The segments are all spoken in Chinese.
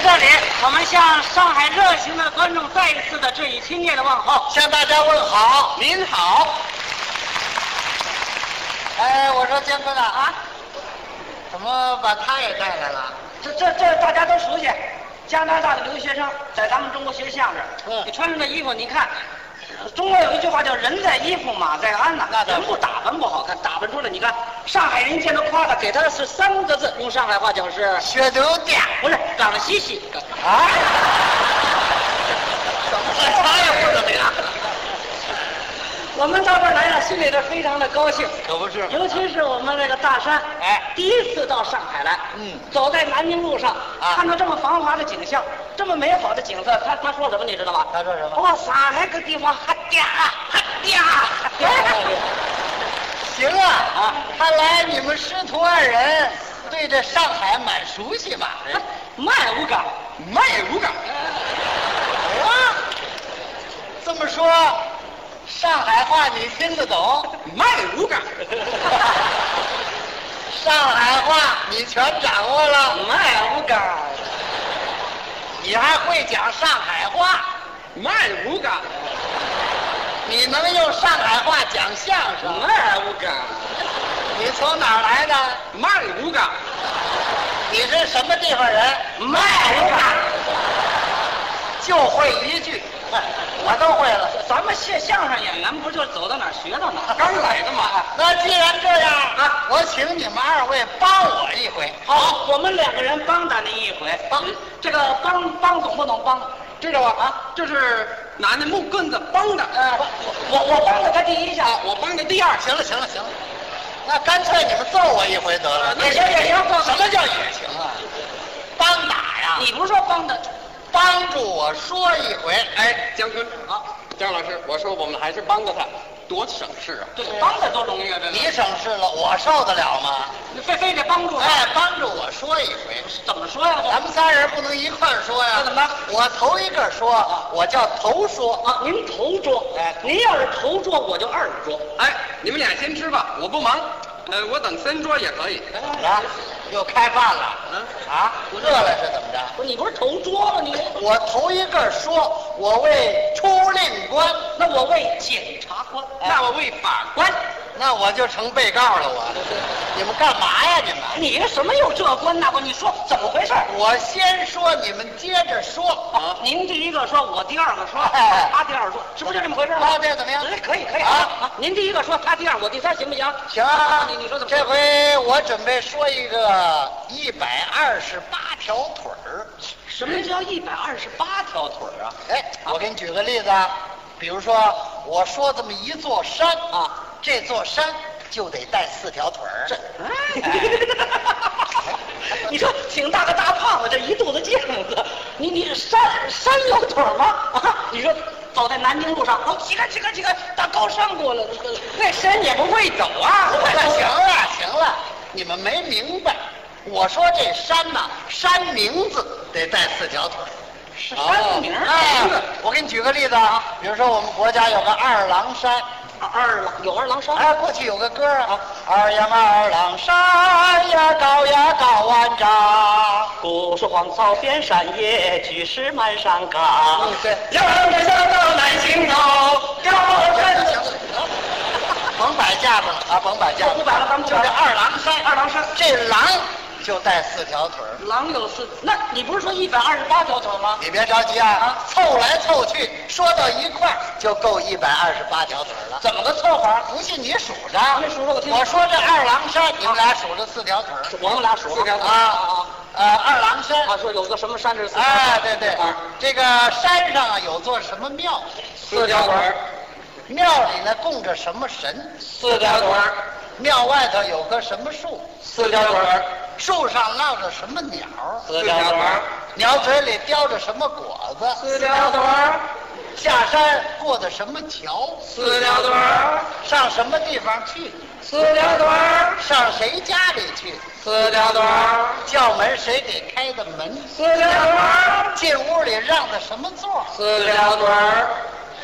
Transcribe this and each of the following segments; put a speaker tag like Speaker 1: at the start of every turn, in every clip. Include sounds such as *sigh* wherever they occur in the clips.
Speaker 1: 这里，我们向上海热情的观众再一次的致以亲切的问候。
Speaker 2: 向大家问好，
Speaker 1: 您好，
Speaker 2: 哎，我说坚哥呢？
Speaker 1: 啊，
Speaker 2: 怎么把他也带来了？
Speaker 1: 这这这大家都熟悉，加拿大的留学生在咱们中国学相声。
Speaker 2: 嗯
Speaker 1: 你穿上这衣服，你看，呃中国有一句话叫“人在衣服马在鞍”呐
Speaker 2: 那，倒
Speaker 1: 人
Speaker 2: 是
Speaker 1: 不打扮不好看，打扮出来，你看上海人见他夸他，给他的是三个字，用上海话讲是，
Speaker 2: 学得有点
Speaker 1: 不是长得稀稀的。
Speaker 2: 啊？怎么了？他也不怎么样，
Speaker 1: 我们到这儿来了，心里头非常的高兴。
Speaker 2: 可不是
Speaker 1: 尤其是我们这个大山，
Speaker 2: 哎
Speaker 1: 第一次到上海来，
Speaker 2: 嗯
Speaker 1: 走在南京路上，
Speaker 2: 啊
Speaker 1: 看到这么繁华的景象，这么美好的景色，他他说什么你知道吗？
Speaker 2: 他说什么
Speaker 1: 哇，上海个地方，哈嗲哈嗲哈嗲，
Speaker 2: 行啊，
Speaker 1: 啊
Speaker 2: 看来你们师徒二人对这上海蛮熟悉嘛。
Speaker 1: 卖无感，
Speaker 2: 卖乳感。啊，这么说，上海话你听得懂？
Speaker 1: 卖无感，
Speaker 2: 上海话你全掌握了，
Speaker 1: 卖无感，
Speaker 2: 你还会讲上海话，
Speaker 1: 卖无感，
Speaker 2: 你能用上海话讲相声？啊
Speaker 1: 卖无感，
Speaker 2: 你从哪儿来的？
Speaker 1: 卖无感，
Speaker 2: 你是什么地方人？
Speaker 1: 卖无感。
Speaker 2: 就会一句， *laughs* 我都会了。
Speaker 1: 咱们学相声演员不就是走到哪儿学到哪儿，刚来的嘛。
Speaker 2: *laughs* 那既然这样
Speaker 1: 啊
Speaker 2: 我请你们二位帮我一回。
Speaker 1: 好，我们两个人帮打您一回。
Speaker 2: 帮
Speaker 1: 这个帮帮懂不懂帮？知道吧？啊，就是拿那木棍子帮的。呃，我我我帮了他第一下，我帮的第二下。
Speaker 2: 行了，行了，行了，那干脆你们揍我一回得了。
Speaker 1: 也啊行也行，
Speaker 2: 什么叫也行啊？帮打呀！
Speaker 1: 你不是说帮的？
Speaker 2: 帮助我说一回。
Speaker 3: 哎，姜昆啊，姜老师，我说我们还是帮着他，多省事啊！
Speaker 1: 对，帮的多容易啊！这
Speaker 2: 你省事了，我受得了吗？
Speaker 1: 你非非得帮助他，
Speaker 2: 哎，帮助我说一回。
Speaker 1: 怎么说呀？
Speaker 2: 咱
Speaker 1: 这
Speaker 2: 们仨人不能一块儿说呀。
Speaker 1: 那怎么
Speaker 2: 我头一个说，我叫头说。
Speaker 1: 啊，您头桌，
Speaker 2: 哎
Speaker 1: 您要是头桌，我就二桌。
Speaker 3: 哎，你们俩先吃吧，我不忙，呃，我等三桌也可以。
Speaker 2: 啊，又开饭了。
Speaker 1: 嗯
Speaker 2: 啊，饿了是怎么着？
Speaker 1: 不是，你不是头桌吗？你
Speaker 2: 我头一个说，我为出令官，啊
Speaker 1: 那我为检察官，
Speaker 2: 哎
Speaker 3: 那我为法官，
Speaker 1: 官，
Speaker 2: 那我就成被告了。我， *laughs* 你们干嘛呀？你们？
Speaker 1: 你什么又这官那官？你说怎么回事？
Speaker 2: 我先说，你们接着说。
Speaker 1: 啊，您第一个说，我第二个说，
Speaker 2: 哎
Speaker 1: 他第二个说，是不是就这么回事吗？
Speaker 2: 啊，这怎么样？
Speaker 1: 哎可以可以
Speaker 2: 啊
Speaker 1: 啊！您第一个说，他第二，我第三，行不行？
Speaker 2: 行
Speaker 1: 啊
Speaker 2: 啊，
Speaker 1: 你你说怎么
Speaker 2: 这回我准备说一个一百二十八条腿儿。
Speaker 1: 什么叫一百二十八条腿儿啊？
Speaker 2: 哎，我给你举个例子啊，比如说我说这么一座山啊，这座山就得带四条腿儿。
Speaker 1: 哎， *laughs* 你说挺大个大胖子，这一肚子腱子，你你山山有腿儿吗？啊，你说走在南京路上，哦，起开起开起开，大高山过来了，那山也不会走啊！
Speaker 2: 行了行了，你们没明白，我说这山呐，山名字得带四条腿儿。
Speaker 1: 是山名儿啊
Speaker 2: 哎，我给你举个例子啊，比如说我们国家有个二郎山，
Speaker 1: 二郎有二郎山。
Speaker 2: 哎，过去有个歌儿啊，二呀二郎山呀高呀高万丈，
Speaker 1: 古树荒草遍山野，举世满山岗。
Speaker 2: 嗯对
Speaker 1: 要让这山到南行头，高山
Speaker 2: 行了， *laughs* 甭摆架子了啊，甭摆架子，
Speaker 1: 不摆了咱们不
Speaker 2: 就
Speaker 1: 摆了
Speaker 2: 这二郎山，
Speaker 1: 二郎山
Speaker 2: 这狼就带四条腿儿，
Speaker 1: 狼有四，那你不是说一百二十八条腿吗？
Speaker 2: 你别着急啊，
Speaker 1: 啊
Speaker 2: 凑来凑去，说到一块儿就够一百二十八条腿儿了。
Speaker 1: 怎么个凑法？啊
Speaker 2: 不信你数着，
Speaker 1: 没数着我听
Speaker 2: 我说这二郎山，你们俩数着四条腿儿
Speaker 1: 我们俩数
Speaker 3: 四条腿
Speaker 2: 啊啊，呃，二郎山，
Speaker 1: 他说有个什么山是四条腿
Speaker 2: 哎，对对
Speaker 1: 啊，
Speaker 2: 这个山上啊有座什么庙，
Speaker 3: 四条腿儿，
Speaker 2: 庙里呢供着什么神，
Speaker 1: 四条腿儿，
Speaker 2: 庙外头有个什么树，
Speaker 1: 四条腿儿，
Speaker 2: 树上落着什么鸟，
Speaker 1: 四条腿儿，
Speaker 2: 鸟嘴里叼着什么果子，
Speaker 1: 四条腿儿，
Speaker 2: 下山过的什么桥，
Speaker 1: 四条腿儿，
Speaker 2: 上什么地方去，
Speaker 1: 四条腿儿，
Speaker 2: 上谁家里去，
Speaker 1: 四条腿儿，
Speaker 2: 叫门谁给开的门，
Speaker 1: 四条腿儿，
Speaker 2: 进屋里让的什么座，
Speaker 1: 四条腿儿，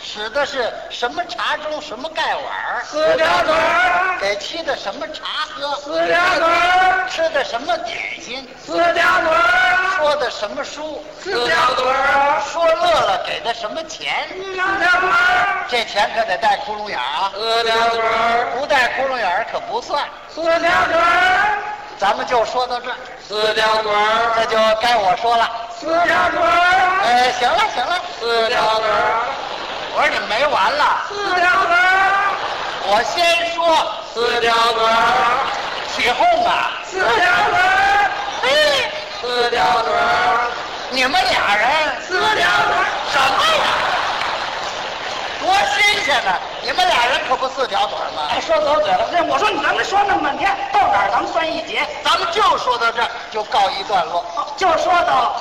Speaker 2: 使的是什么茶盅，什么盖碗儿，
Speaker 1: 死俩嘴儿，
Speaker 2: 给沏的什么茶喝，
Speaker 1: 死俩嘴儿，
Speaker 2: 吃的什么点心，
Speaker 1: 死俩嘴儿，
Speaker 2: 说的什么书，
Speaker 1: 死俩嘴儿，
Speaker 2: 说乐了给的什么钱，
Speaker 1: 死俩嘴儿，
Speaker 2: 这钱可得带窟窿眼儿啊，
Speaker 1: 死俩嘴儿，
Speaker 2: 不带窟窿眼儿可不算。
Speaker 1: 死俩嘴儿，
Speaker 2: 咱们就说到这儿，
Speaker 1: 死俩嘴儿，
Speaker 2: 这就该我说了。
Speaker 1: 死俩嘴儿，
Speaker 2: 哎，行了行了，
Speaker 1: 死俩嘴儿，
Speaker 2: 我说你没完了，
Speaker 1: 死俩嘴儿，
Speaker 2: 我先说
Speaker 1: 死俩嘴儿，
Speaker 2: 起哄啊！
Speaker 1: 死俩嘴儿，
Speaker 2: 嘿，
Speaker 1: 死俩嘴儿，
Speaker 2: 你们俩人
Speaker 1: 死俩嘴儿，
Speaker 2: 什么呀？多新鲜呢！你们俩人可不四条腿吗？
Speaker 1: 哎，说走嘴了，这我说你咱们说那么半天，到哪儿咱们算一节？
Speaker 2: 咱们就说到这儿，就告一段落。
Speaker 1: 哦就说到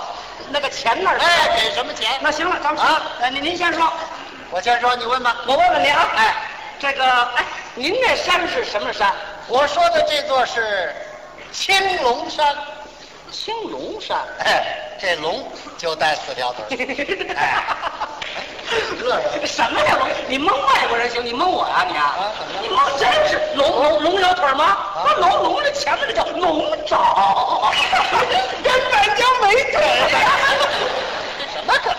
Speaker 1: 那个钱那儿去。
Speaker 2: 哎，给什么钱？
Speaker 1: 那行了，咱们
Speaker 2: 啊
Speaker 1: 呃，您您先说，
Speaker 2: 我先说，你问吧。
Speaker 1: 我问问您啊，
Speaker 2: 哎，
Speaker 1: 这个哎，您那山是什么山？
Speaker 2: 我说的这座是青龙山，
Speaker 1: 青龙山。
Speaker 2: 哎， *laughs* 这龙就带四条腿 *laughs* 儿。乐什
Speaker 1: *laughs* 什
Speaker 2: *laughs* 么
Speaker 1: 么呀？我你蒙外国人行，你蒙我呀、你啊？
Speaker 2: 啊怎么了
Speaker 1: 你蒙真是龙龙龙有腿吗？那龙龙这前面这叫龙爪， *laughs* 根本就没腿。 *laughs*
Speaker 2: 什么梗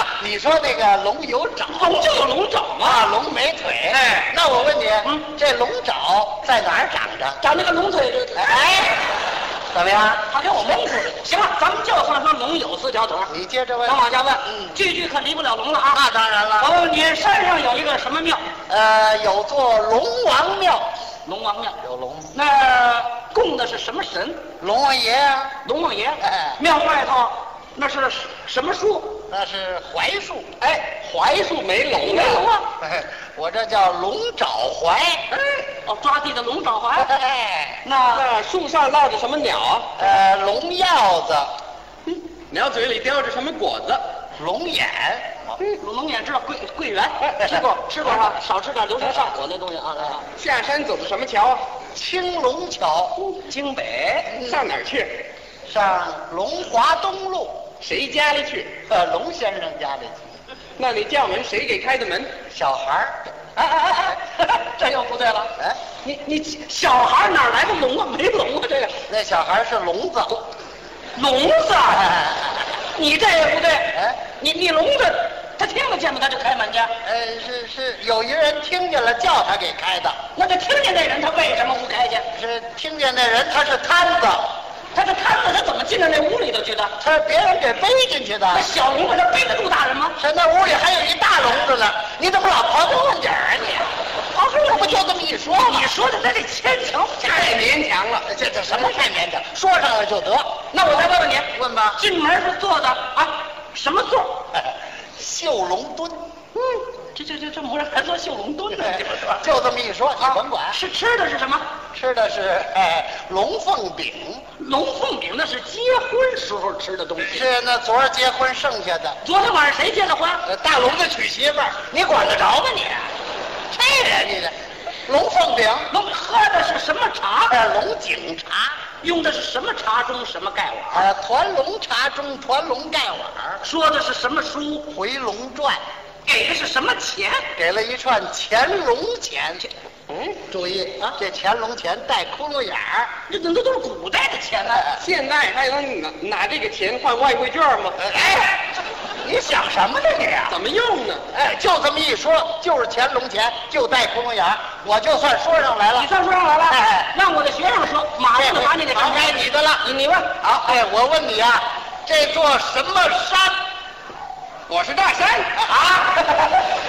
Speaker 2: 啊？你说那个龙有爪
Speaker 1: 龙就有龙爪
Speaker 2: 啊，
Speaker 1: 吗？
Speaker 2: 龙没腿。
Speaker 1: 哎
Speaker 2: 那我问你，
Speaker 1: 嗯
Speaker 2: 这龙爪在哪儿长着？
Speaker 1: 长那个龙腿这个。
Speaker 2: 哎，怎么样？
Speaker 1: 他给我蒙住了。行了，咱们就算说龙有四条腿儿，
Speaker 2: 你接着问
Speaker 1: 咱。往下问，
Speaker 2: 嗯
Speaker 1: 句句可离不了龙了啊。
Speaker 2: 那当然
Speaker 1: 我
Speaker 2: 了，
Speaker 1: 问问你，山上有一个什么庙？
Speaker 2: 呃，有座龙王庙，
Speaker 1: 龙王庙。
Speaker 2: 有龙，
Speaker 1: 那供的是什么神？
Speaker 2: 龙王爷啊，
Speaker 1: 龙王爷。
Speaker 2: 哎
Speaker 1: 庙外头那是什么树？
Speaker 2: 那是槐树。
Speaker 1: 哎，
Speaker 3: 槐树没龙
Speaker 1: 没龙
Speaker 3: 啊，
Speaker 1: 啊。
Speaker 2: 哎我这叫龙爪槐。
Speaker 1: 哎，哦，抓地的龙爪槐。
Speaker 2: 哎， *laughs*
Speaker 1: 那
Speaker 3: 那树上落着什么鸟啊？
Speaker 2: 呃，龙药子，
Speaker 3: 鸟嘴里叼着什么果子？
Speaker 2: 龙眼，
Speaker 1: 龙龙眼知道桂桂圆
Speaker 2: 哎，
Speaker 1: 吃过吃过啊，少吃点留神上火那东西啊。来吧
Speaker 3: 下山走的什么桥啊？
Speaker 2: 青龙桥
Speaker 1: 京北
Speaker 3: 上哪儿去？
Speaker 2: 上龙华东路，
Speaker 3: 谁家里去？
Speaker 2: 呃，龙先生家里去，
Speaker 3: 那你叫门，谁给开的门？
Speaker 2: 小孩儿， *laughs*
Speaker 1: 哎哎哎哎，这又不对了。
Speaker 2: 哎，
Speaker 1: 你你小孩哪来的龙啊？没龙啊，这个
Speaker 2: 那小孩儿是聋子， *laughs* 呃
Speaker 1: 聋子啊，你这也不对。
Speaker 2: 哎
Speaker 1: 你你聋子，他听得见吗？他就开门去。
Speaker 2: 呃，是是，有一人听见了，叫他给开的。
Speaker 1: 那他听见那人，他为什么不开去？
Speaker 2: 是听见那人他是摊子，
Speaker 1: 他这摊子，他怎么进到那屋里头去的？
Speaker 2: 他是别人给背进去的。
Speaker 1: 那小聋子他背得住大人吗？
Speaker 2: 是那屋里还有一大笼子呢，你怎么老刨根问底儿啊你？刨根，这不就这么一说吗？
Speaker 1: 你说的他这牵强。
Speaker 3: 太勉强了。
Speaker 2: 这这什么太勉强，说上了就得。
Speaker 1: 那我再问问你，
Speaker 2: 问 *laughs* 吧，
Speaker 1: 进门是坐的啊，什么座？
Speaker 2: 绣龙 *laughs* 墩，
Speaker 1: 嗯，这这这这模样还做绣龙墩呢，你们说啊？
Speaker 2: 就这么一说，你甭管。
Speaker 1: 是吃的是什么？
Speaker 2: 吃的是哎龙凤饼，
Speaker 1: 龙凤饼那是结婚时候吃的东西。
Speaker 2: 是那昨儿结婚剩下的。
Speaker 1: 昨天晚上谁结的婚？
Speaker 2: 呃大笼子娶媳妇儿，你管得着吗你？这人你这 *laughs* 龙凤饼，
Speaker 1: 龙喝的是什么茶？
Speaker 2: 哎龙井茶。
Speaker 1: 用的是什么茶盅？什么盖碗？
Speaker 2: 呃，团龙茶中团龙盖碗儿
Speaker 1: 说的是什么书？
Speaker 2: 《回龙传
Speaker 1: 给的是什么钱？》，
Speaker 2: 给了一串乾隆钱。
Speaker 3: 嗯，
Speaker 2: 注意啊，这乾隆钱带窟窿眼儿。
Speaker 1: 这那都是古代的钱呢、
Speaker 3: 现在还能拿拿这个钱换外汇券吗？
Speaker 2: 哎，你想什么呢你？啊
Speaker 3: 怎么用呢？
Speaker 2: 哎，就这么一说，就是乾隆钱，就带窟窿眼儿，我就算说上来了
Speaker 1: 你。算说上来了，
Speaker 2: 哎
Speaker 1: 让我的学生说，马上就把你给
Speaker 2: 好
Speaker 1: 传
Speaker 2: 该
Speaker 3: 哎
Speaker 1: 开。
Speaker 2: 你的了。
Speaker 1: 你你问，
Speaker 2: 好，哎，我问你啊，这座什么山
Speaker 3: 我是大山。
Speaker 2: 啊？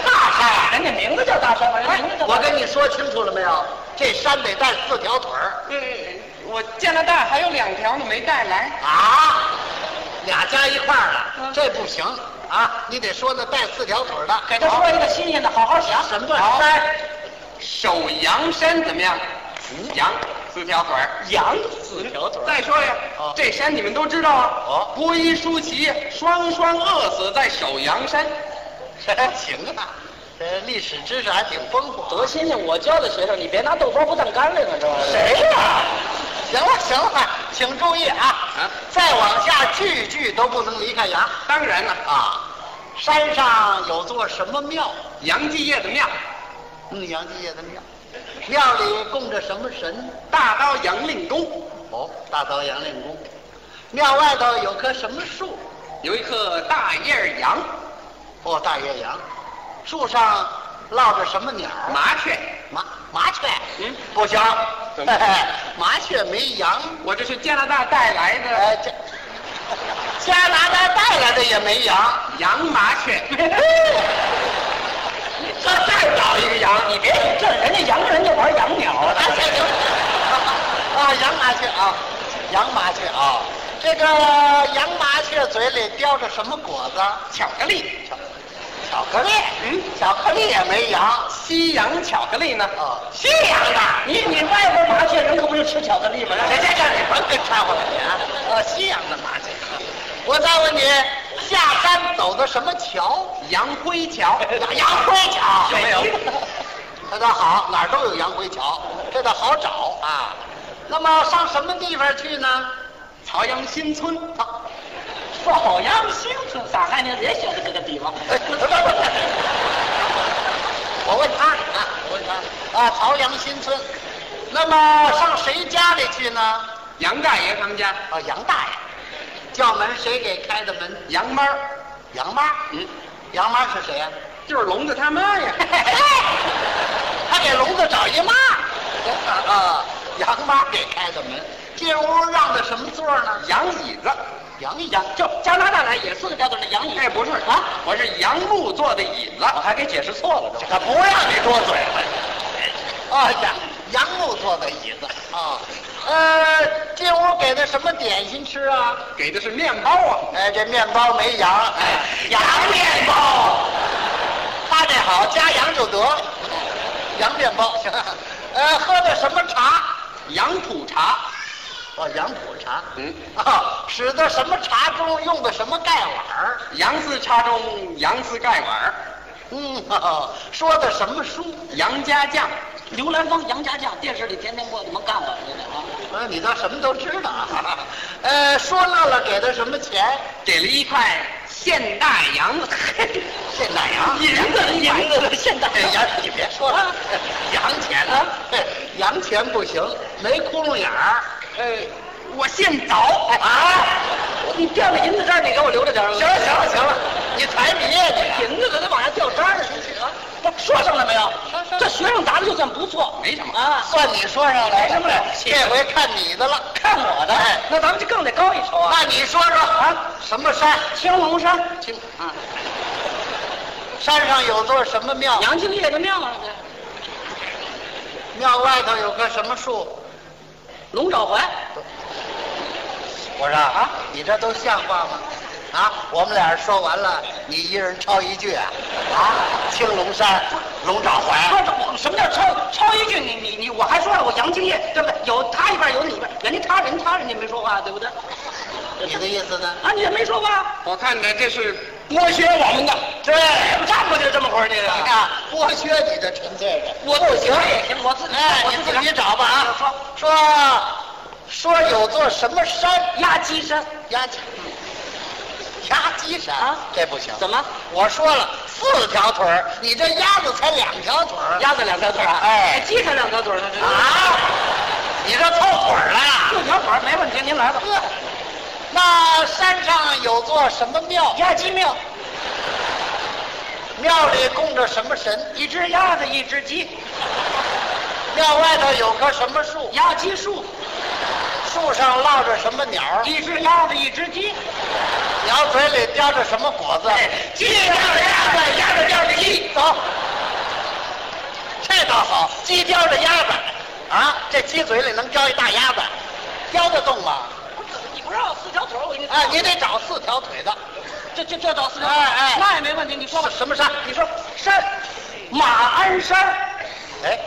Speaker 2: 大山。
Speaker 1: 人家名字叫大山，人家名字叫大山
Speaker 2: 我
Speaker 3: 哎
Speaker 2: 跟哎你说清楚了没有？这山得带四条腿儿。
Speaker 3: 嗯，我加拿大还有两条呢没带来。
Speaker 2: 啊，俩加一块儿了，这不行啊！你得说那带四条腿儿的，
Speaker 1: 给他哎说一个新鲜的，好好想。
Speaker 2: 什么叫
Speaker 3: 好
Speaker 2: 山？，
Speaker 3: 首阳山怎么样？阳四条腿儿。
Speaker 1: 羊
Speaker 3: 嗯
Speaker 1: 四条腿
Speaker 3: 再说呀
Speaker 2: 啊，
Speaker 3: 这山你们都知道啊
Speaker 2: 哦。
Speaker 3: 伯夷叔齐双双饿死在首阳山。
Speaker 2: 行啊，这历史知识还挺丰富。啊
Speaker 1: 多新鲜！我教的学生，你别拿豆包不当干粮啊，这玩意儿。
Speaker 2: 谁呀、行了行了，请注意啊！
Speaker 3: 啊
Speaker 2: 再往下句句都不能离开羊
Speaker 3: 当然了，
Speaker 2: 啊！山上有座什么庙？
Speaker 3: 杨继业的庙，
Speaker 2: 嗯，杨继业的庙，庙里供着什么神？
Speaker 3: 大刀杨令公，
Speaker 2: 哦，大刀杨令公。庙外头有棵什么树？
Speaker 3: 有一棵大叶杨，
Speaker 2: 哦，大叶杨。树上落着什么鸟？
Speaker 3: 麻雀。
Speaker 2: 麻麻雀。
Speaker 3: 嗯
Speaker 2: 不行 *laughs*
Speaker 3: 怎么，
Speaker 2: 麻雀没羊。
Speaker 3: 我这是加拿大带来
Speaker 2: 哎
Speaker 3: 的，
Speaker 2: 这加拿大带来的也没羊。 *laughs*
Speaker 3: 洋麻雀，
Speaker 1: *laughs* 这再找一个羊，你别这人家洋人就玩洋鸟
Speaker 2: 啊，
Speaker 1: 啊，
Speaker 2: 行行，啊，洋麻雀啊，洋麻雀啊，这个洋麻雀嘴里叼着什么果子？
Speaker 3: 巧克力，
Speaker 2: 巧克力，
Speaker 3: 嗯
Speaker 2: 巧克力也没洋
Speaker 3: 西洋巧克力呢？
Speaker 2: 啊。
Speaker 1: 西洋的。你你外边麻雀人可不就吃巧克力吗？让
Speaker 2: 这
Speaker 1: 人
Speaker 2: 这
Speaker 1: 家
Speaker 2: 这，你甭跟掺和了你啊！呃，西洋的麻雀。我再问你，下山走的什么桥？
Speaker 3: 杨辉
Speaker 2: *laughs*
Speaker 3: 桥，
Speaker 2: 杨辉桥
Speaker 3: 有没有？
Speaker 2: *laughs* 他倒好，哪儿都有杨辉桥，这倒好找啊。那么上什么地方去呢？
Speaker 3: 朝阳新村，
Speaker 1: 好洋星子咋还能也选这个地方？
Speaker 2: 哎不不不我问他啊，我问他啊，朝阳新村。那么上谁家里去呢？啊，
Speaker 3: 杨大爷他们家，
Speaker 2: 杨大爷。叫门谁给开的门？
Speaker 3: 杨妈儿，
Speaker 2: 杨妈。
Speaker 3: 嗯，
Speaker 2: 杨妈是谁呀、啊
Speaker 3: 就是聋子他妈呀。
Speaker 2: *laughs* 他给聋子找一妈。啊，杨妈给开的门。进屋让的什么座呢？
Speaker 3: 洋椅子，
Speaker 2: 杨杨
Speaker 1: 就加拿大来也是叫做那洋椅，
Speaker 3: 哎，不是啊，我是杨木做的椅子，我还给解释错了
Speaker 2: 他不让你多嘴了。啊，杨杨木做的椅子啊，呃，进屋给的什么点心吃啊？
Speaker 3: 给的是面包啊，
Speaker 2: 哎，这面包没羊，哎，羊面包，他这好加羊就得，羊面包 *laughs* 行。呃，喝的什么茶？
Speaker 3: 杨土茶，
Speaker 2: 哦，羊骨茶。
Speaker 3: 嗯，
Speaker 2: 啊，使的什么茶盅？用的什么盖碗儿？
Speaker 3: 杨丝茶中杨丝盖碗儿，
Speaker 2: 嗯、哦说的什么书？
Speaker 3: 杨家将，
Speaker 1: 刘兰芳、杨家将，电视里天天播，你们干我去的啊！
Speaker 2: 啊，你倒什么都知道啊。呃，说乐乐给的什么钱？
Speaker 3: 给了一块现大洋，
Speaker 2: *laughs* 现大洋。
Speaker 1: 银子，银子，现在
Speaker 2: 哎洋，你别说了，洋钱呢、嘿啊洋钱不行，没窟窿眼儿。哎
Speaker 3: 呃，我现凿啊，
Speaker 1: 你掉到银子这儿，你给我留着点儿。
Speaker 2: 行了行了行了，你财迷呀你！
Speaker 1: 银子可得往下掉渣儿啊！不是说上了没有？这学生答的就算不错，
Speaker 3: 没什么
Speaker 1: 啊。
Speaker 2: 算你说上来
Speaker 1: 没什么了不起
Speaker 2: 这回看你的了。
Speaker 1: 看我的
Speaker 2: 哎，
Speaker 1: 那咱们就更得高一筹啊！
Speaker 2: 那你说说啊，什么山？
Speaker 1: 青龙山，
Speaker 2: 听啊，山上有座什么庙？
Speaker 1: 杨继烈的庙啊，
Speaker 2: 庙外头有棵什么树？
Speaker 1: 龙爪槐，
Speaker 2: 我说啊，你这都像话吗？啊，我们俩说完了，你一人抄一句啊？啊，青龙山，龙爪
Speaker 1: 不
Speaker 2: 槐。
Speaker 1: 是我什么叫抄抄一句？你你你，我还说了，我杨继烈对不对？有他一半，有你一半，人家他人他人家没说话，对不对？
Speaker 2: 你的意思呢？
Speaker 1: 啊，你也没说话，
Speaker 3: 我看着这是剥削我们的，
Speaker 2: 对，
Speaker 1: 站过去这么会儿，你
Speaker 2: 你看啊剥削你的纯粹的。
Speaker 1: 我不行也行，我自己
Speaker 2: 哎，
Speaker 1: 我
Speaker 2: 你
Speaker 1: 自
Speaker 2: 自
Speaker 1: 己
Speaker 2: 己找吧啊。说说有座什么山？
Speaker 1: 压鸡山，
Speaker 2: 压鸡，压鸡山
Speaker 1: 啊
Speaker 2: 这不行。
Speaker 1: 怎么
Speaker 2: 我说了四条腿儿，你这鸭子才两条腿儿。
Speaker 1: 鸭子两条腿啊？
Speaker 2: 哎
Speaker 1: 鸡才两条腿儿呢，这
Speaker 2: 啊，你这凑腿儿了呀？
Speaker 1: 六条腿儿没问题，您来吧。
Speaker 2: 呵， *laughs* 那山上有座什么庙？
Speaker 1: 压鸡庙，
Speaker 2: 庙里供着什么神？
Speaker 1: 一只鸭子，一只鸡，
Speaker 2: 庙外头有棵什么树？
Speaker 1: 压鸡树，
Speaker 2: 树上落着什么鸟？
Speaker 1: 一只鸭子，一只鸡，
Speaker 2: 鸟嘴里叼着什么果子？
Speaker 1: 哎鸡掉鸭子，鸭子掉鸡。
Speaker 2: 走，这倒好，鸡叼着鸭子，啊，这鸡嘴里能叼一大鸭子，叼得动吗？
Speaker 1: 你不让我四条腿儿，我给啊你
Speaker 2: 哎，你得找四条腿的。
Speaker 1: 这这这倒四条腿儿，
Speaker 2: 哎哎
Speaker 1: 那也没问题。你说吧，
Speaker 2: 什么山？
Speaker 1: 你说山，马鞍山
Speaker 2: 哎，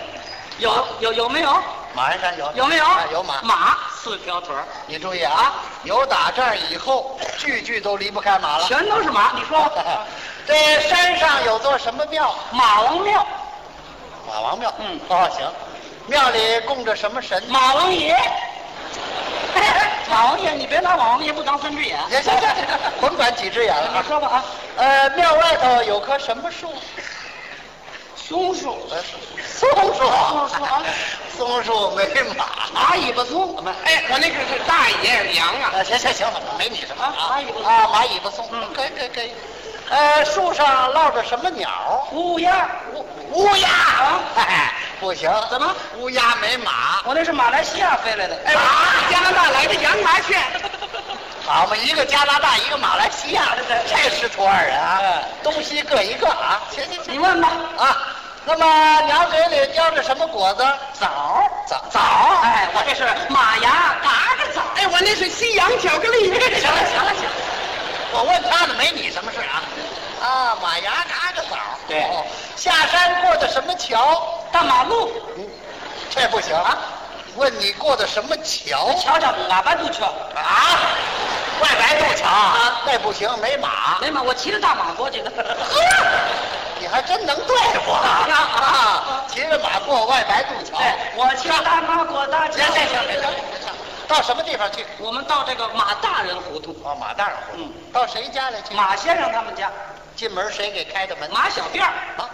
Speaker 1: 有有有没有？
Speaker 2: 马鞍山有
Speaker 1: 有没有
Speaker 2: 哎？有马。
Speaker 1: 马四条腿儿，
Speaker 2: 你注意啊，有打这儿以后，句句都离不开马了。
Speaker 1: 全都是马。你说吧，
Speaker 2: *laughs* 这山上有座什么庙？
Speaker 1: 马王庙，
Speaker 2: 马王庙。
Speaker 1: 嗯
Speaker 2: 哦，行。庙里供着什么神？
Speaker 1: *laughs* 马王爷，王爷，你别拿王爷不当三只眼。
Speaker 2: 行行行，
Speaker 1: *laughs*
Speaker 2: 甭管几只眼了
Speaker 1: 你
Speaker 2: 啊。
Speaker 1: 说吧啊，
Speaker 2: 呃，庙外头有棵什么树？
Speaker 1: 松树、
Speaker 2: 呃松 *laughs* 树。
Speaker 1: *laughs* 松树啊
Speaker 2: 松树没马。
Speaker 1: *laughs* 马尾巴松，
Speaker 3: 哎，我那个是大野羊啊，
Speaker 2: 啊，行行行，没你什么
Speaker 1: 啊蚂蚁不松嗯
Speaker 2: 啊，蚂蚁不松，可以可以可以。呃，树上落着什么鸟？
Speaker 1: 乌鸦。
Speaker 2: 乌乌鸦。
Speaker 3: 啊
Speaker 2: 哎，不行。
Speaker 1: 怎么？
Speaker 2: 乌鸦没马。
Speaker 1: 我那是马来西亚飞来的。
Speaker 3: 哎，我加拿大来的洋麻雀，
Speaker 2: *laughs* 好嘛，一个加拿大，一个马来西亚，这是土二人
Speaker 3: 嗯
Speaker 2: 啊，东西各一个啊。行行
Speaker 1: 你
Speaker 2: 行
Speaker 1: 问吧。
Speaker 2: 啊。那么鸟嘴里叼着什么果子？枣，枣，枣。
Speaker 1: 哎， *laughs* 我这是马牙嘎嘎枣。
Speaker 3: 哎，我那是西洋巧克力。
Speaker 2: 行了行了行了，我问他呢，没你什么事啊。啊，马牙嘎个枣。
Speaker 1: 对
Speaker 2: 哦下山过的什么桥？
Speaker 1: 大马路，
Speaker 2: 这不行啊！问你过的什么桥
Speaker 1: 瞧瞧，俺班都瞧。
Speaker 2: 啊？外白渡桥
Speaker 1: 啊
Speaker 2: 那不行，没马。
Speaker 1: 没嘛，我骑着大马过去
Speaker 2: *laughs*
Speaker 1: 的。
Speaker 2: 呵，你还真能对付啊！
Speaker 1: 啊
Speaker 2: 啊 *laughs* 骑着马过外白渡桥。
Speaker 1: 哎，我骑着大马过大
Speaker 2: 行
Speaker 1: 桥。
Speaker 2: 行行，别着急别着急到什么地方去？
Speaker 1: 我们到这个马大人胡同，
Speaker 2: 哦，马大人胡同。到谁家里去？
Speaker 1: 马先生他们家，
Speaker 2: 进门谁给开的门？
Speaker 1: 马小辫儿
Speaker 2: 啊，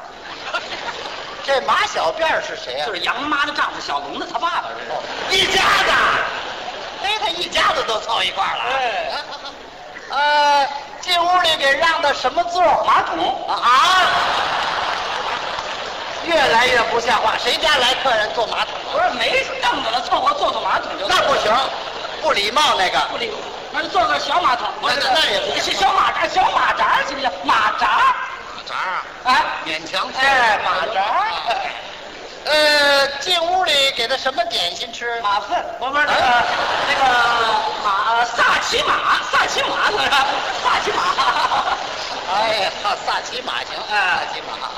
Speaker 2: 这马小辫儿是谁
Speaker 1: *laughs*
Speaker 2: 啊？
Speaker 1: 就是杨妈的丈夫小龙的他爸爸知道吗
Speaker 2: 哦一家子，哎，他一家子都凑一块儿了。
Speaker 1: 哎
Speaker 2: 啊， *laughs* 呃，进屋里给让的什么座儿？
Speaker 1: 马桶
Speaker 2: 啊啊！越来越不像话，谁家来客人坐马桶？
Speaker 1: 不是没凳子了，凑合坐坐马桶就
Speaker 2: 那不行，不礼貌那个。
Speaker 1: 不理我，那就坐个小马桶。不是
Speaker 2: 那那也不
Speaker 1: 是小马扎，小马扎行不行？马扎，
Speaker 2: 啥啊？
Speaker 1: 哎，
Speaker 2: 勉强
Speaker 1: 哎马扎
Speaker 2: 哎呃，进屋里给他什么点心吃？啊
Speaker 1: 马粪，啊不不是那个那个马萨其马，萨其马，萨其马，
Speaker 2: 哎呀，萨其马行，
Speaker 1: 哎
Speaker 2: 萨其马，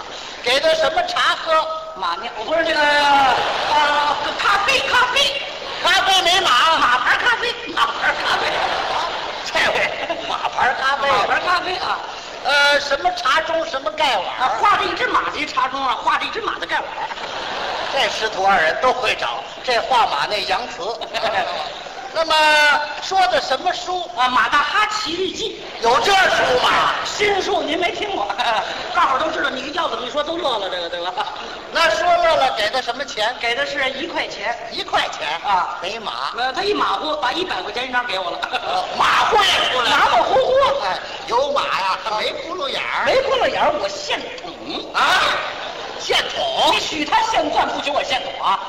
Speaker 2: 给他什么茶喝？哎啊
Speaker 1: 马尿，我不是这个呃咖啡咖啡，
Speaker 2: 咖啡没马，
Speaker 1: 马牌咖啡，马牌咖啡，
Speaker 2: 这位马牌咖啡，
Speaker 1: 马牌咖啡啊。
Speaker 2: 呃，什么茶盅，什么盖碗
Speaker 1: 啊，
Speaker 2: 儿，
Speaker 1: 画着一只马的一茶盅啊，画着一只马的盖碗。
Speaker 2: 这师徒二人都会找，这画马那洋词。那么说的什么书？
Speaker 1: 啊，马大哈奇日记，
Speaker 2: 有这书吗？
Speaker 1: 新书您没听 *laughs* 过，大伙儿都知道，你要怎么一说都乐了，这个对吧？
Speaker 2: 那说乐了给他什么钱？
Speaker 1: *laughs* 给的是一块钱，
Speaker 2: 一块钱
Speaker 1: 啊
Speaker 2: 没马，
Speaker 1: 呃，他一马虎把一百块钱一张给 *laughs* 我了，
Speaker 2: 马会出来
Speaker 1: 马马虎虎，
Speaker 2: 哎，有马呀，没窟窿眼儿。
Speaker 1: 没过了眼儿我现捅，
Speaker 2: 啊，现捅
Speaker 1: 你。许他现钻，不许我现捅啊？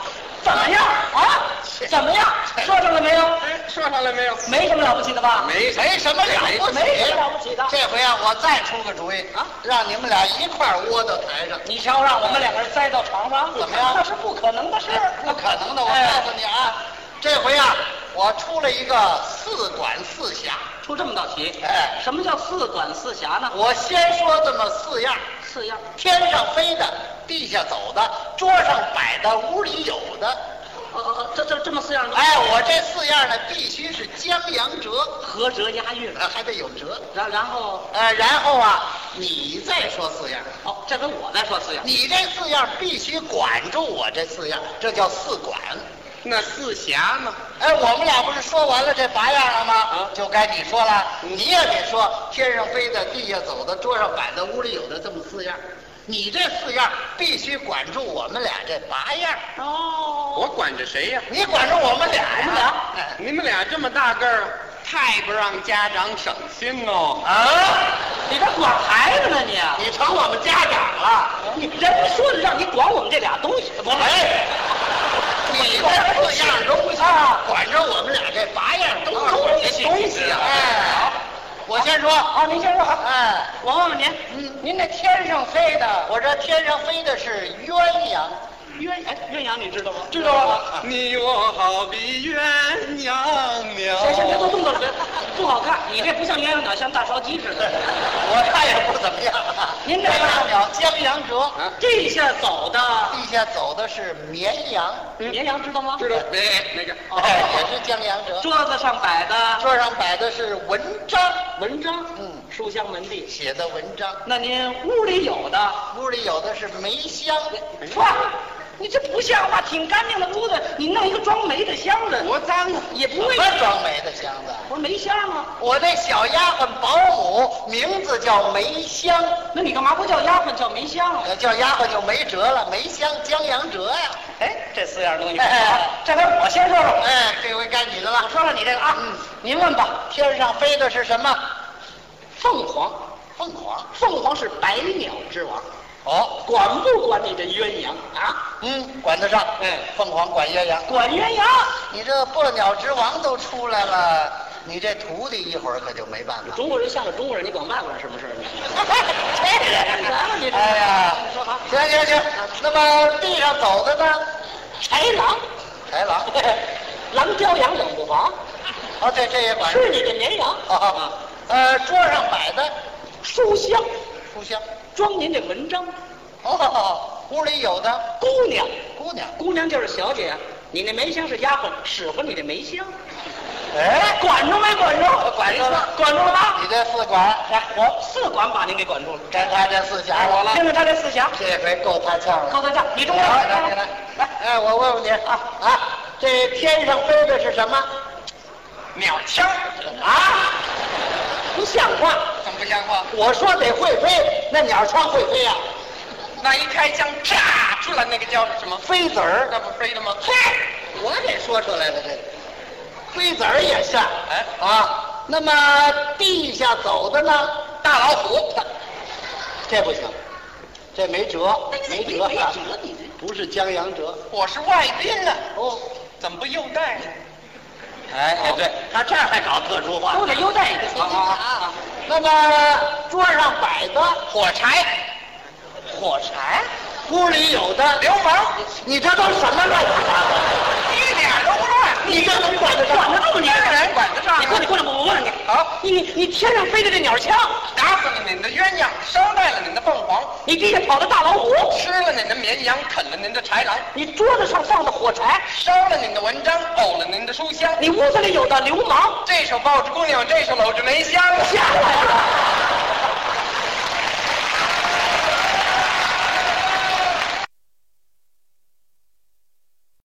Speaker 1: 怎么样啊？怎么样？说上了没有？
Speaker 3: 哎，说上来没有？
Speaker 1: 没什么了不起的吧？
Speaker 3: 没
Speaker 2: 没什么了不起，
Speaker 1: 没什么了不起的
Speaker 2: 这回啊，我再出个主意
Speaker 1: 啊
Speaker 2: 让你们俩一块儿窝到台上。
Speaker 1: 你瞧，让我们两个人栽到床上，
Speaker 2: 怎么样
Speaker 1: 那是不可能的事儿，
Speaker 2: 不可能的，我
Speaker 1: 哎
Speaker 2: 告诉你啊，这回啊，我出了一个四管四侠。
Speaker 1: 出这么道题，
Speaker 2: 哎
Speaker 1: 什么叫四管四侠呢？
Speaker 2: 我先说这么四样：
Speaker 1: 四样，
Speaker 2: 天上飞的，地下走的，桌上摆的，屋里有的。
Speaker 1: 呃呃呃，这这这么四样，
Speaker 2: 哎，我这四样呢，必须是江洋折，
Speaker 1: 合辙押韵，
Speaker 2: 呃还得有折。
Speaker 1: 然然后，
Speaker 2: 呃，然后啊，你再说四样，
Speaker 1: 哦，这回我再说四样，
Speaker 2: 你这四样必须管住我这四样，这叫四管。
Speaker 3: 那四侠呢？
Speaker 2: 哎，我们俩不是说完了这八样了吗？
Speaker 3: 啊嗯
Speaker 2: 就该你说了，你也得说天上飞的、地下走的、桌上摆的、屋里有的这么四样。你这四样必须管住我们俩这八样，
Speaker 1: 哦，
Speaker 3: 我管着谁呀、
Speaker 2: 你管住我们俩呀。
Speaker 1: 我们俩
Speaker 2: 哎
Speaker 3: 你们俩这么大个儿，太不让家长省心哦。
Speaker 2: 啊，
Speaker 1: 你这管孩子呢你？
Speaker 2: 你成我们家长了。
Speaker 3: 嗯
Speaker 1: 你人说的让你管我们这俩东西，
Speaker 2: 我哎，你这四样都不行
Speaker 1: 啊，
Speaker 2: 管着我们俩这八样都是我的
Speaker 1: 东西啊
Speaker 2: 哎，我先说，
Speaker 1: 啊，您先说，
Speaker 2: 哎。
Speaker 1: 我问问您，
Speaker 2: 嗯
Speaker 1: 您那天上飞的
Speaker 2: 我这天上飞的是鸳鸯，
Speaker 1: 鸳哎鸳鸯你知道吗？知道啊。
Speaker 3: 你我好比鸳
Speaker 1: *laughs*
Speaker 3: 鸯鸟。
Speaker 1: 行行，别做动作了，别不好看，你这不像鸳鸯鸟，像大烧鸡似的。
Speaker 2: 我看也不怎么样。
Speaker 1: 您这
Speaker 2: 这上了江洋 *laughs* 折，
Speaker 3: 啊，
Speaker 1: 地下走的
Speaker 2: 地下走的是绵羊，
Speaker 1: 绵羊知道吗？
Speaker 3: 嗯知道哎，那个
Speaker 2: 哎，也是江洋折。
Speaker 1: 桌子上摆的
Speaker 2: 桌上摆的是文章，
Speaker 1: 文章，
Speaker 2: 嗯
Speaker 1: 书香门第。
Speaker 2: 写的文章。
Speaker 1: 那您屋里有的
Speaker 2: 屋里有的是梅香，
Speaker 1: 唰，你这不像话！挺干净的屋子，你弄一个装煤的箱子，
Speaker 3: 多脏啊！
Speaker 1: 也不
Speaker 2: 什
Speaker 1: 会
Speaker 2: 么装煤的箱子？啊
Speaker 1: 不是煤箱吗？
Speaker 2: 我那小丫鬟保姆名字叫梅香，
Speaker 1: 那你干嘛不叫丫鬟叫煤箱啊？
Speaker 2: 呃叫丫鬟就没辙了，梅香江洋折呀、
Speaker 1: 哎，这四样东
Speaker 3: *laughs*
Speaker 1: 西，
Speaker 2: 哎
Speaker 1: 这回我先说说，
Speaker 2: 哎，这回该你的
Speaker 1: 我
Speaker 2: 了。嗯
Speaker 1: 说说你这个啊，您问吧。
Speaker 2: 天上飞的是什么？
Speaker 1: 凤凰，
Speaker 2: 凤凰。
Speaker 1: 凤凰是百鸟之王，
Speaker 2: 哦，
Speaker 1: 管不管你这鸳鸯啊？
Speaker 2: 嗯，管得上。
Speaker 1: 嗯
Speaker 2: 凤凰管鸳鸯。
Speaker 1: 管鸳鸯，
Speaker 2: 你这破鸟之王都出来了，你这徒弟一会儿可就没办法。
Speaker 1: 中国人像个中国人，你管外国人什么事儿呢？
Speaker 2: 这人
Speaker 1: 啊你这
Speaker 2: 哎呀
Speaker 1: 你说吧，
Speaker 2: 行行行，那么地上走
Speaker 1: *laughs*
Speaker 2: 的呢？哎
Speaker 1: 豺 *laughs* 狼，
Speaker 2: 豺狼。
Speaker 1: 狼叼羊冷不防，
Speaker 2: 哦，对，这也管
Speaker 1: 吃你的绵羊。
Speaker 2: 哦，
Speaker 1: 啊
Speaker 2: 呃，桌上摆的
Speaker 1: 书香，
Speaker 2: 书香，
Speaker 1: 装您的文章。
Speaker 2: 哦，屋里有的
Speaker 1: 姑娘，
Speaker 2: 姑娘，
Speaker 1: 姑娘就是小姐，你那梅香是丫鬟，使唤你的梅香。
Speaker 2: 哎，
Speaker 1: 管住没管住？
Speaker 2: 管住了
Speaker 1: 管住了吧
Speaker 2: 你？这四管，
Speaker 1: 来，我哎四管把您给管住了。
Speaker 2: 该他这四匣子
Speaker 1: 听听他这四匣，
Speaker 2: 这回够他呛
Speaker 1: 高
Speaker 2: 了。
Speaker 1: 大将，你中
Speaker 2: 来
Speaker 1: 了。
Speaker 2: 来来来，哎，我问问你啊啊，这天上飞的是什么？
Speaker 3: 鸟枪，
Speaker 2: 啊，
Speaker 1: 不像话！
Speaker 3: 怎么不像话？
Speaker 2: 我说得会飞，那鸟枪会飞啊，
Speaker 3: 那一开枪炸出来那个叫什么？
Speaker 2: 飞子儿，
Speaker 3: 那不飞了吗？
Speaker 2: 嘿，我给说出来了，这飞子儿也像，
Speaker 3: 哎
Speaker 2: 啊，那么地下走的呢？
Speaker 3: 大老虎，
Speaker 2: 这不行，这没辙，没辙，啊
Speaker 1: 没辙你
Speaker 2: 不是江洋折
Speaker 3: 我是外宾啊，
Speaker 2: 哦。
Speaker 3: 怎么不优待呢？
Speaker 2: 哎
Speaker 3: 哎对，
Speaker 2: 他这样还搞特
Speaker 1: 这
Speaker 2: 殊化
Speaker 1: 都得优待一
Speaker 2: 啊
Speaker 1: 个。
Speaker 2: 啊啊！那么桌上摆的
Speaker 3: 火柴，
Speaker 2: 火柴，屋里有的，
Speaker 3: 流氓，
Speaker 2: 你这都什么乱七八糟？
Speaker 3: 一点儿都不乱。
Speaker 2: 你这能管得上？
Speaker 1: 管得住你？
Speaker 3: 当然管得上
Speaker 1: 你过来过来，我我问你，
Speaker 3: 好
Speaker 1: 你你你天上飞的这鸟枪，
Speaker 3: 打死了您的鸳鸯，伤害了您的凤凰，
Speaker 1: 你地下跑的大老虎，
Speaker 3: 吃了您的绵羊，啃了您的豺狼，
Speaker 1: 你桌子上放的火柴，
Speaker 3: 烧了您的文章，呕了您的书香。
Speaker 1: 你屋子里有的流氓，
Speaker 3: 这手抱着姑娘，这手搂着梅香。啊
Speaker 1: 吓坏了！